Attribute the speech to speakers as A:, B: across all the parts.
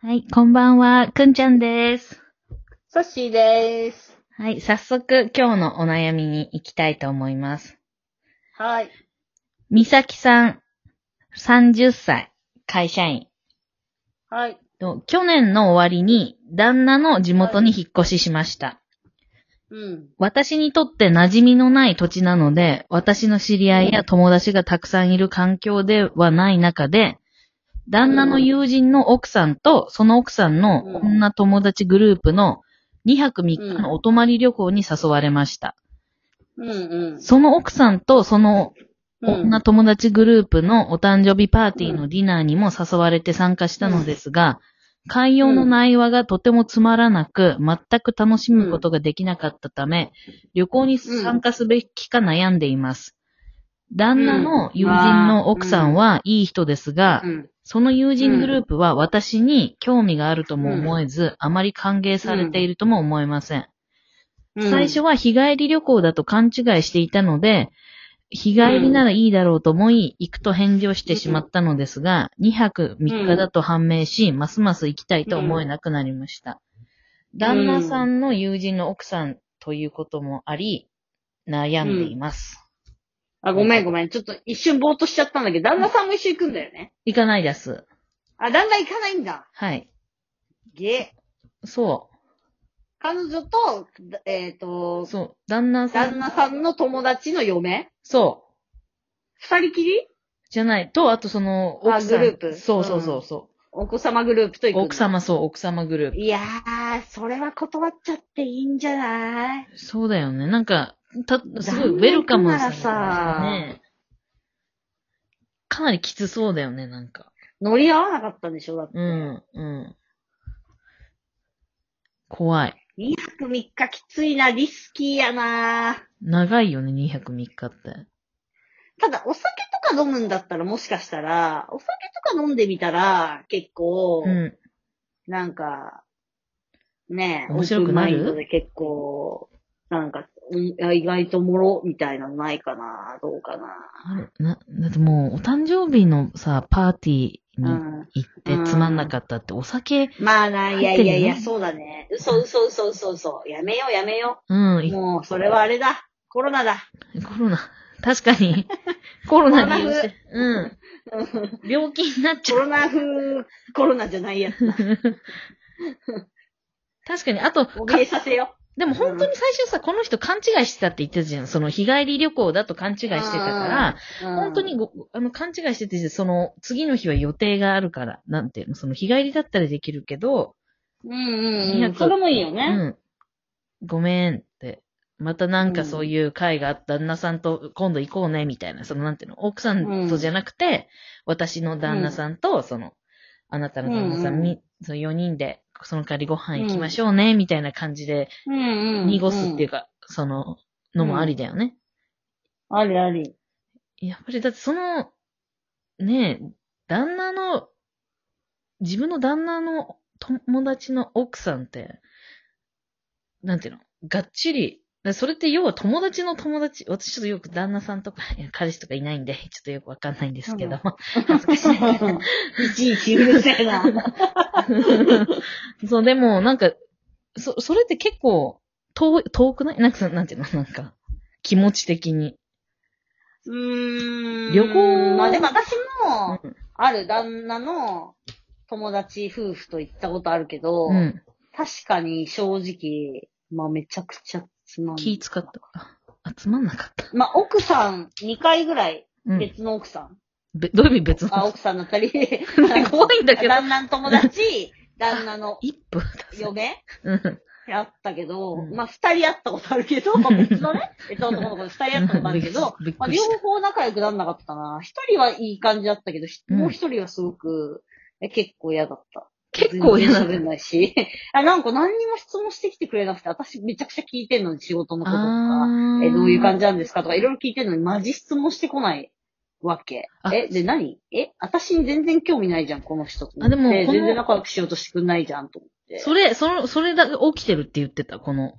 A: はい、こんばんは、くんちゃんです。
B: ソッシーです。
A: はい、早速今日のお悩みに行きたいと思います。
B: はい。
A: みさきさん、30歳、会社員。
B: はい。
A: と去年の終わりに、旦那の地元に引っ越ししました。
B: うん。
A: 私にとって馴染みのない土地なので、私の知り合いや友達がたくさんいる環境ではない中で、旦那の友人の奥さんと、その奥さんの女友達グループの2泊3日のお泊まり旅行に誘われました。
B: うんうん。
A: その奥さんとその
B: うん。
A: 女友達グループのお誕生日パーティーのディナーにも誘われて参加したのですが、会話の内話がとてもつまらなく、全く楽しむことができなかったため、旅行に参加すべきか悩んでいます。旦那の友人の奥さんはいい人ですが
B: う、ん。
A: その友人グループは私に興味があるとも思えず、あまり歓迎されているとも思えません。
B: うん
A: 最初、は日帰り旅行だと勘違いしていたので、日帰りならいいだろうと思い、行くと返事をしてしまったのですが、2泊3日だと判明し、ますます行きたいと思えなくなりました。旦那さんの友人の奥さんということもあり、悩んでいます。
B: あ、ごめんごめん。ちょっと一瞬ぼーっとしちゃったんだけど、旦那さんも一緒に行くんだよね。
A: 行かないです。
B: あ、旦那行かないんだ。
A: はい。
B: げ
A: そ
B: 彼女と、だえっ、
A: う。
B: と、
A: そう。旦那さ
B: 旦
A: ん、
B: 那さんの友達の嫁
A: そう。
B: 二人きり
A: じゃない。と、あとその、
B: あ
A: 奥さん。
B: グループ
A: そうそうそうそ
B: お子様グループと
A: う。
B: 行くんだ。
A: 奥様、そう、奥様グループ。
B: いやー、それは断っちゃっていいんじゃない
A: そうだよね。なんか、た、すごいウェルカムされてる
B: 残念ながらさ
A: ね。かなりきつそうだよね、なんか。
B: 乗り合わなかったんでしょだって。
A: うん、うん。怖い。
B: 2泊3日きついな、リスキーやなー。
A: 長いよね、203日って。
B: ただ、お酒とか飲むんだったらもしかしたら、お酒とか飲んでみたら、結構、
A: うん。
B: なんか、ねえ、
A: 面白くなる
B: オープンマインドで結構、なんか、うんいや意外ともろ、みたいなのないかな、どうかな。
A: あるな、だってもう、お誕生日のさ、パーティー
B: う
A: に
B: ん。
A: 行ってつまんなかったって、お酒、
B: まあな、いやいやい
A: 入ってん
B: や、
A: の
B: そうだね。嘘嘘嘘嘘嘘。やめようやめよ
A: うん、
B: う。
A: い
B: もう、それはあれだ。コロナだ。
A: コロナ、確かに、コロナに
B: コロナ風
A: うん。病気になっち
B: コ
A: ゃう。
B: ロナ風、コロナじゃないやつだ。
A: 確かに、あと、か
B: 怯えさせよ
A: でも本当に最初さ、この人勘違いしてたって言ってたじゃん。その日帰り旅行だと勘違いしてたから、
B: う。うん
A: 本当に。ご、あの、勘違いしてて、その、次の日は予定があるから、なんていうの、その日帰りだったらできるけど、
B: うんうん
A: 二
B: うん。
A: 泊
B: それもいいよ
A: う
B: ね。
A: ん、ごめんって。またなんかそういう会があった旦那さんと今度行こうね、みたいな、そのなんていうの、奥さんとじゃなくて、私の旦那さんと、その、あなたの旦那さんに、その4人で、その代わりご飯行きましょうね、みたいな感じで、
B: うんうんうん。
A: 濁すっていうか、その、のもありだよね。
B: ありあり。
A: やっぱりだってその、ねえ、旦那の、自分の旦那の友達の奥さんって、なんていうのがっちり、だそれって要は友達の友達、私ちょっとよく旦那さんとか、いや彼氏とかいないんで、ちょっとよくわかんないんですけど、
B: うん
A: 恥ずかしい。
B: いちいちうるせえな。
A: そう、でもなんか、そ、それって結構、遠い、遠くないなんかその、なんていうのなんか、気持ち的に。
B: うーん。
A: 旅行
B: まあでも私
A: う
B: も、
A: ん
B: ある旦那の友達夫婦と行ったことあるけど、
A: うん。
B: 確かに正直、まあめちゃくちゃつまんない
A: 気使った。ああ、つまんなかった。
B: まあ奥さん2回ぐらい、
A: うん。
B: 別の奥さん。
A: べどういう意味別の
B: あ、奥さんだったり、
A: 怖いんだけど
B: 旦那の友達、旦那の
A: 一分
B: 嫁
A: うん。
B: やったけど、
A: うん
B: まあ、二人会ったことあるけ ど、まあ別のね、別の男の子で二人会ったことあるけど
A: びっ、
B: まあ、
A: くり
B: 両
A: した
B: 方仲良くなんなかったな。一人はいい感じだったけど、ひ
A: うん
B: もう一人はすごく、え結構嫌だった。
A: 結構嫌だ
B: 全然喋んないし。 あ、なんか何にも質問してきてくれなくて、私めちゃくちゃ聞いてんのに仕事のこととか、え、どういう感
A: じ
B: じなんですかとか、いろいろ聞いてんのにマジ質問してこないわけ
A: あ。
B: え、で何え、私に全然興味ないじゃん、この人と思って。
A: あでもこの
B: 全然仲良くしようとしてくんないじゃん、と思って。
A: それ、その、それだ、起きてるって言ってた、この、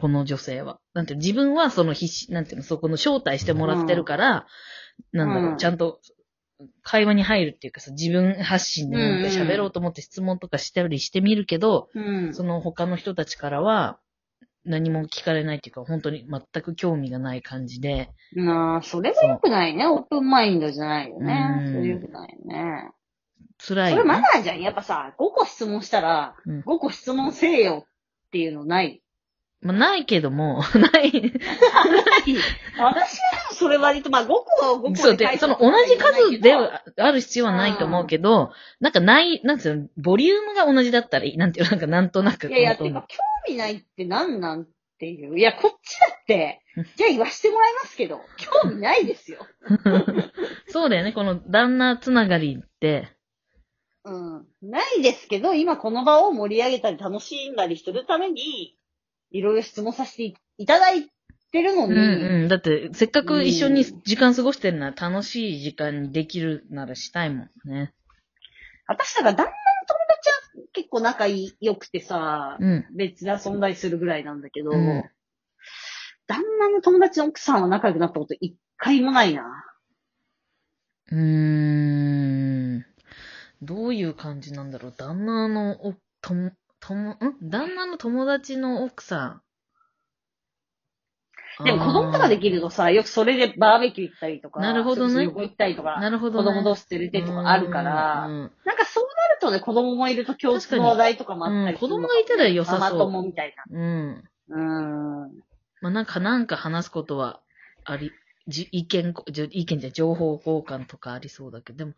A: この女性は。なんていうの自分はその必死、なんていうの、そこの招待してもらってるから、なんだろ
B: う
A: う、
B: ん
A: ちゃんと、会話に入るっていうかさ、自分発信でなんか喋ろうと思って質問とかしたりしてみるけど、
B: うん。
A: その他の人たちからは何も聞かれないっていうか、本当に全く興味がない感じで、
B: なあ、それが良くないね。オープンマインドじゃないよ
A: う
B: ね。
A: ん
B: それ良くないね。
A: 辛い
B: それ
A: よね、
B: マナーじゃん。やっぱさ、5個質問したら、
A: うん
B: 5個質問せえよっていうのない。
A: まあ、ないけども、 ない。
B: 私はでもそれ割と、まあ5個は5個
A: そうで、その同じ数ではある必要はないと思うけど、なんかない、なんつうの、ボリュームが同じだったらいい、なんていうの、なんかなんとなく。
B: いやいや、て
A: 本当に
B: か、興味ないってなんなんっていう。いや、こっちだって、じゃあ言わしてもらいますけど、興味ないで すよ。
A: そうだよね、この旦那つながりって。
B: うん。ないですけど、今この場を盛り上げたり楽しんだりするために、いろいろ質問させていただいてるの
A: うん
B: に、
A: うん。だって、せっかく一緒に時間過ごしてるなら楽しい時間にできるならしたいもんね。
B: 私だから旦那の友達は結構仲良くてさ、
A: うん。
B: 別で遊んだりするぐらいなんだけど、
A: うん
B: 旦那の友達の奥さんは仲良くなったこと一回もないな。
A: うーん。どういう感じなんだろう旦那のお、とも、とも、ん旦那の友達の奥さん。
B: でも子供とかで
A: き
B: きるとさ、よくそれでバーベキュー行ったりとか、
A: なるほどね
B: それこそ旅行行ったりとか、
A: なるほど、
B: 子
A: ね。
B: 供同士連れてとかあるから、
A: うん
B: なんかそうなるとね、子供もいると共通の話題とかもあったりするのか
A: うん
B: もね、
A: 子供がいたら良さそう
B: ママ友みたい
A: うん。うん
B: な。うーん。
A: まあ、なんか、なんか話すことはあり、じ意見こ、じょ意見じゃ情報交換とかありそうだけど、でも、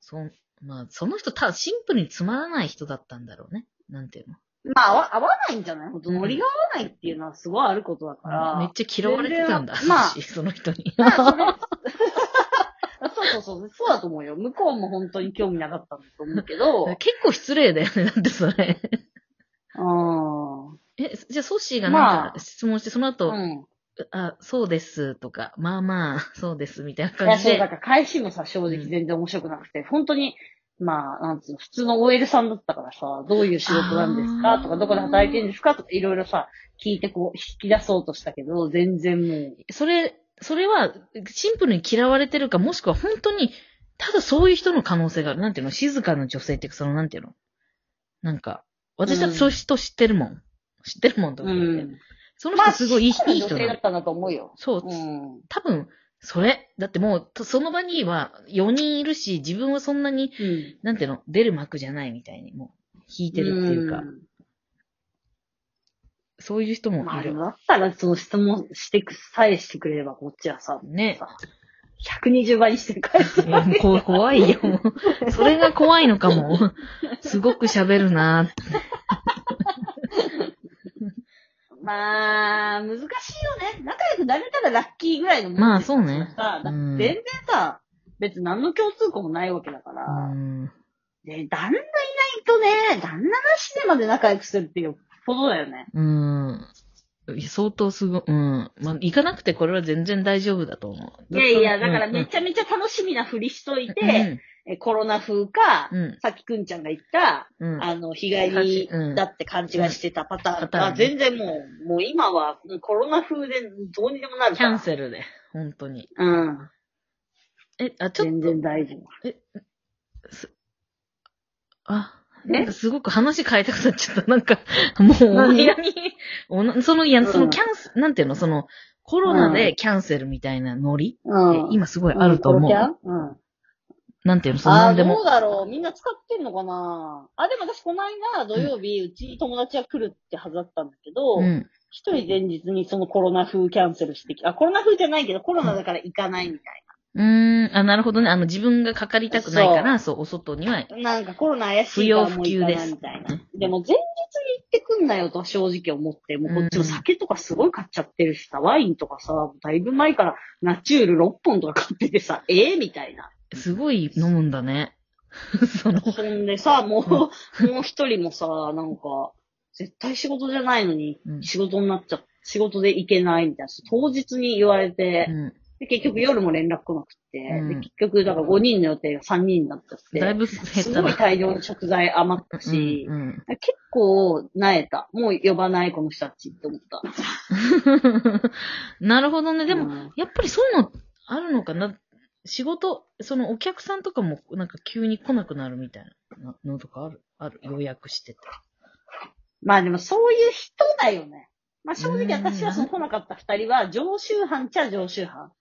A: そん、まあ、その人、ただシンプルにつまらない人だったんだろうね。なんていうの。
B: まあ、合わ合わないんじゃないほんと、ノリが合わないっていうのはすごいあることだから。
A: めっちゃ嫌われてたんだ、
B: 全然まあ
A: 私その人に。。
B: まあそれそうそうそう、そうだと思うよ。向こうも本当に興味なかったんだと思うけど
A: 結構失礼だよね、だってそれ。
B: うん。
A: え、じゃあソッシーがなん
B: ま
A: か質問して、その後、
B: うん。
A: あ、そうですとか、まあまあ、そうですみたいない
B: や、
A: 感じ
B: そう、
A: で
B: だ。から返しもさ、正直全然面白くなくて、本当に、まあ、なんつうの、普通の OL さんだったからさ、どういう仕事なんです
A: あ
B: か
A: ー
B: とか、どこで働いてるんですかとか、いろいろさ、聞いてこう、引き出そうとしたけど、全然もう、
A: それ、それは、シンプルに嫌われてるか、もしくは本当に、ただそういう人の可能性がある。なんていうの静かな女性っていうか、その、なんていうのなんか、私だってそういう人知ってるもん。知ってるもんと
B: う
A: か言って。
B: ん。
A: その
B: まあ、
A: 人すごいいい,、
B: 好きない
A: い
B: 女
A: 人
B: 性だ
A: なの
B: っ。たんだと思うよ。
A: そう、
B: うん。
A: 多分、それ。だってもうと、その場には4人いるし、自分はそんなに、
B: うん。
A: なんていうの、出る幕じゃないみたいに、もう、引いてるっていうか、
B: ん
A: そういう人も
B: まあ、
A: い
B: で
A: る
B: も。だったら、その質問してく、さえしてくれれば、こっちはさ、
A: ね。
B: 120倍にして返す
A: いやもうこ怖い よ。それが怖いのかも。すごく喋るなぁ
B: まあ、難しいよね。仲良くなれたらラッキーぐらいのもん
A: まあそうね
B: さ、だって
A: うん
B: 全然さ、別に何の共通項もないわけだから。
A: うん
B: で、旦那いないとね、旦那なしでまで仲良くするってよっぽどだよね。
A: うん。いや相当すごい。うん。まあ、行かなくてこれは全然大丈夫だと思う。
B: いやいや、だからめ
A: ね
B: ちゃめちゃ楽しみなふりしといて、えコロナ風か、
A: うん。うん
B: さっきくんちゃんが言った、
A: うん。
B: あの、日帰りだって勘違いしてたパターン
A: う
B: が、
A: ん
B: 全然もう、もう今はもうコロナ風でどうにでもなる
A: キ
B: か
A: ャ
B: ら。
A: ンセルで、本当に。
B: うん。
A: え、あ、ちょっ
B: 全然大丈夫。
A: と、あ、
B: え
A: なんかすごく話変えたくなっちゃった。 なんか、もう、お
B: 何
A: 悩み、おなその、いや、
B: うん
A: そのキャンセル、なんていうの、その、コロナでキャンセルみたいなノリ、
B: うん。
A: 今すごいあると思う。
B: うん。
A: なんていうの、その、
B: あ
A: な
B: あ、
A: んで
B: どう
A: も。
B: だろうみんな使ってんのかなあ、でも私この間土曜日、うちに友達が来るってはずだったんだけど、
A: うん。
B: 一、人前日にそのコロナ風キャンセルしてきあ、コロナ風じゃないけどコロナだから行かないみたいう
A: ーん。あ、なるほどね。あの、自分がかかりたくないから、そう、お外には。
B: な。なんかコロナ怪しいからもう行かないみたい
A: 不要
B: な。でも前日に行ってくんなよとは正直思って、もうこっちも酒とかすごい買っちゃってるしさ、ワインとかさ、だいぶ前からナチュール6本とか買っててさ、ええみたいな。
A: すごい飲むんだね。 その、
B: そんでさ、もう、もう一人もさ、なんか、絶対仕事じゃないのに
A: う、ん
B: 仕事になっちゃ仕事で行けないみたいな、当日に言われて
A: う、ん。
B: で結局夜も連絡来なくって、
A: うん
B: で結局、だから5人の予定が3人になっちゃっ
A: だい
B: て、
A: ぶ減
B: す
A: った
B: ご。
A: ない
B: 大量の食材余ったし、
A: うんうん、
B: 結構、なえた。もう呼ばないこの人たちって思った。
A: なるほどね。でも、
B: うん
A: やっぱりそういうのあるのかな。仕事、そのお客さんとかもなんか急に来なくなるみたいなのとかあるある予約してて。
B: まあでもそういう人だよね。まあ正直私はその来なかった二人は常習犯っちゃ常習犯。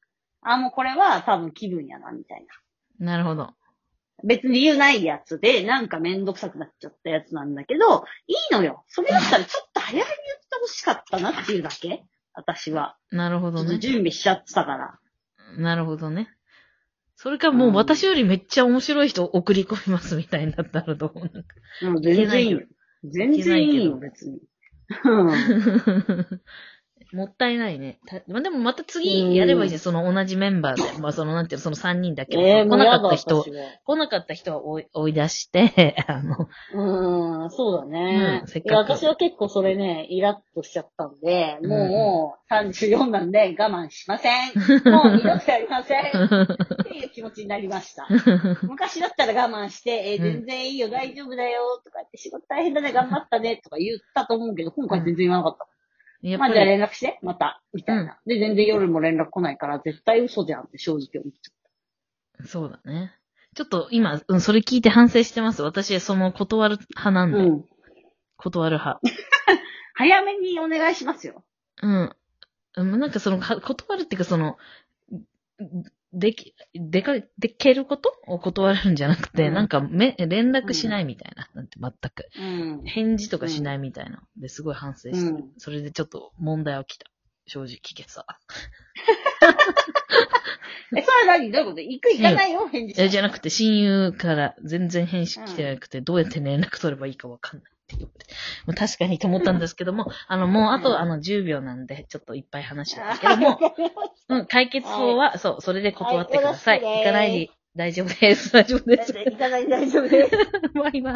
B: あ、もうこれは多分気分やな、みたいな。
A: なるほど。
B: 別に理由ないやつで、なんかめんどくさくなっちゃったやつなんだけど、いいのよ。それだったらちょっと早めに言ってほしかったなっていうだけ。私は。
A: なるほ
B: ち
A: ど
B: ょっと
A: ね。
B: 準備しちゃってたから。
A: なるほどね。それかもう私よりめっちゃ面白い人送り込みますみたいになったらどうなんか。
B: うん、全然いいよ。全然いいよ、
A: い
B: 別に。 うん。
A: もったいないね。たまあ、でもまた次やればいいじゃん。その同じメンバーで。まあそのなんていうの、その3人だけ。
B: え
A: 来
B: ー、もう
A: な
B: や
A: か
B: だ、
A: った人
B: 私、は
A: 来なかった人は追い追い出して、あの、
B: うーん、そうだね。
A: うんせっかく
B: いや、私は結構それね、イラッとしちゃったんで、もう34なんで我慢しませ ん。もう二度とやりません。っていう気持ちになりました。 昔だったら我慢して、えー
A: うん
B: 全然いいよ、大丈夫だよ、とか言って仕事大変だね、頑張ったね、とか言ったと思うけど、今回全然言わなかった。
A: やっ
B: ま
A: ぱ
B: あじゃあ
A: り、
B: 連絡して、また、みたいな。で、全然夜も連絡来ないから、絶対嘘じゃんって正直思っちゃ
A: そうだね。ちょっと今、うん、それ聞いて反省してます。私、その断る派なん
B: う。
A: で、
B: うん。
A: 断る派。
B: 早めにお願いしますよ。
A: うん。うんなんかその、は断るっていうかその、でき、でか、でけることを断るんじゃなくて、
B: うん
A: なんかめ、連絡しないみたいな。なんて全く。
B: うん。
A: 返事とかしないみたいな。で、すごい反省して、
B: うん
A: それでちょっと問題起きた。正直、今朝。
B: え、それは何どういうこと行く行かないよ、返事し
A: え、
B: て
A: じゃなくて、親友から全然返信来てなくて、どうやって連絡取ればいいかわかんないって言われて、まあ確かにと思ったんですけども、あの、もうあ
B: うん
A: と、あの、10秒なんで、ちょっといっぱい話したんですけども、うん、解決法は、そう、それで断ってください。
B: はいよろしくです
A: 行かないで大丈夫です。大丈夫です。
B: 行かない大丈夫です。
A: 終わります。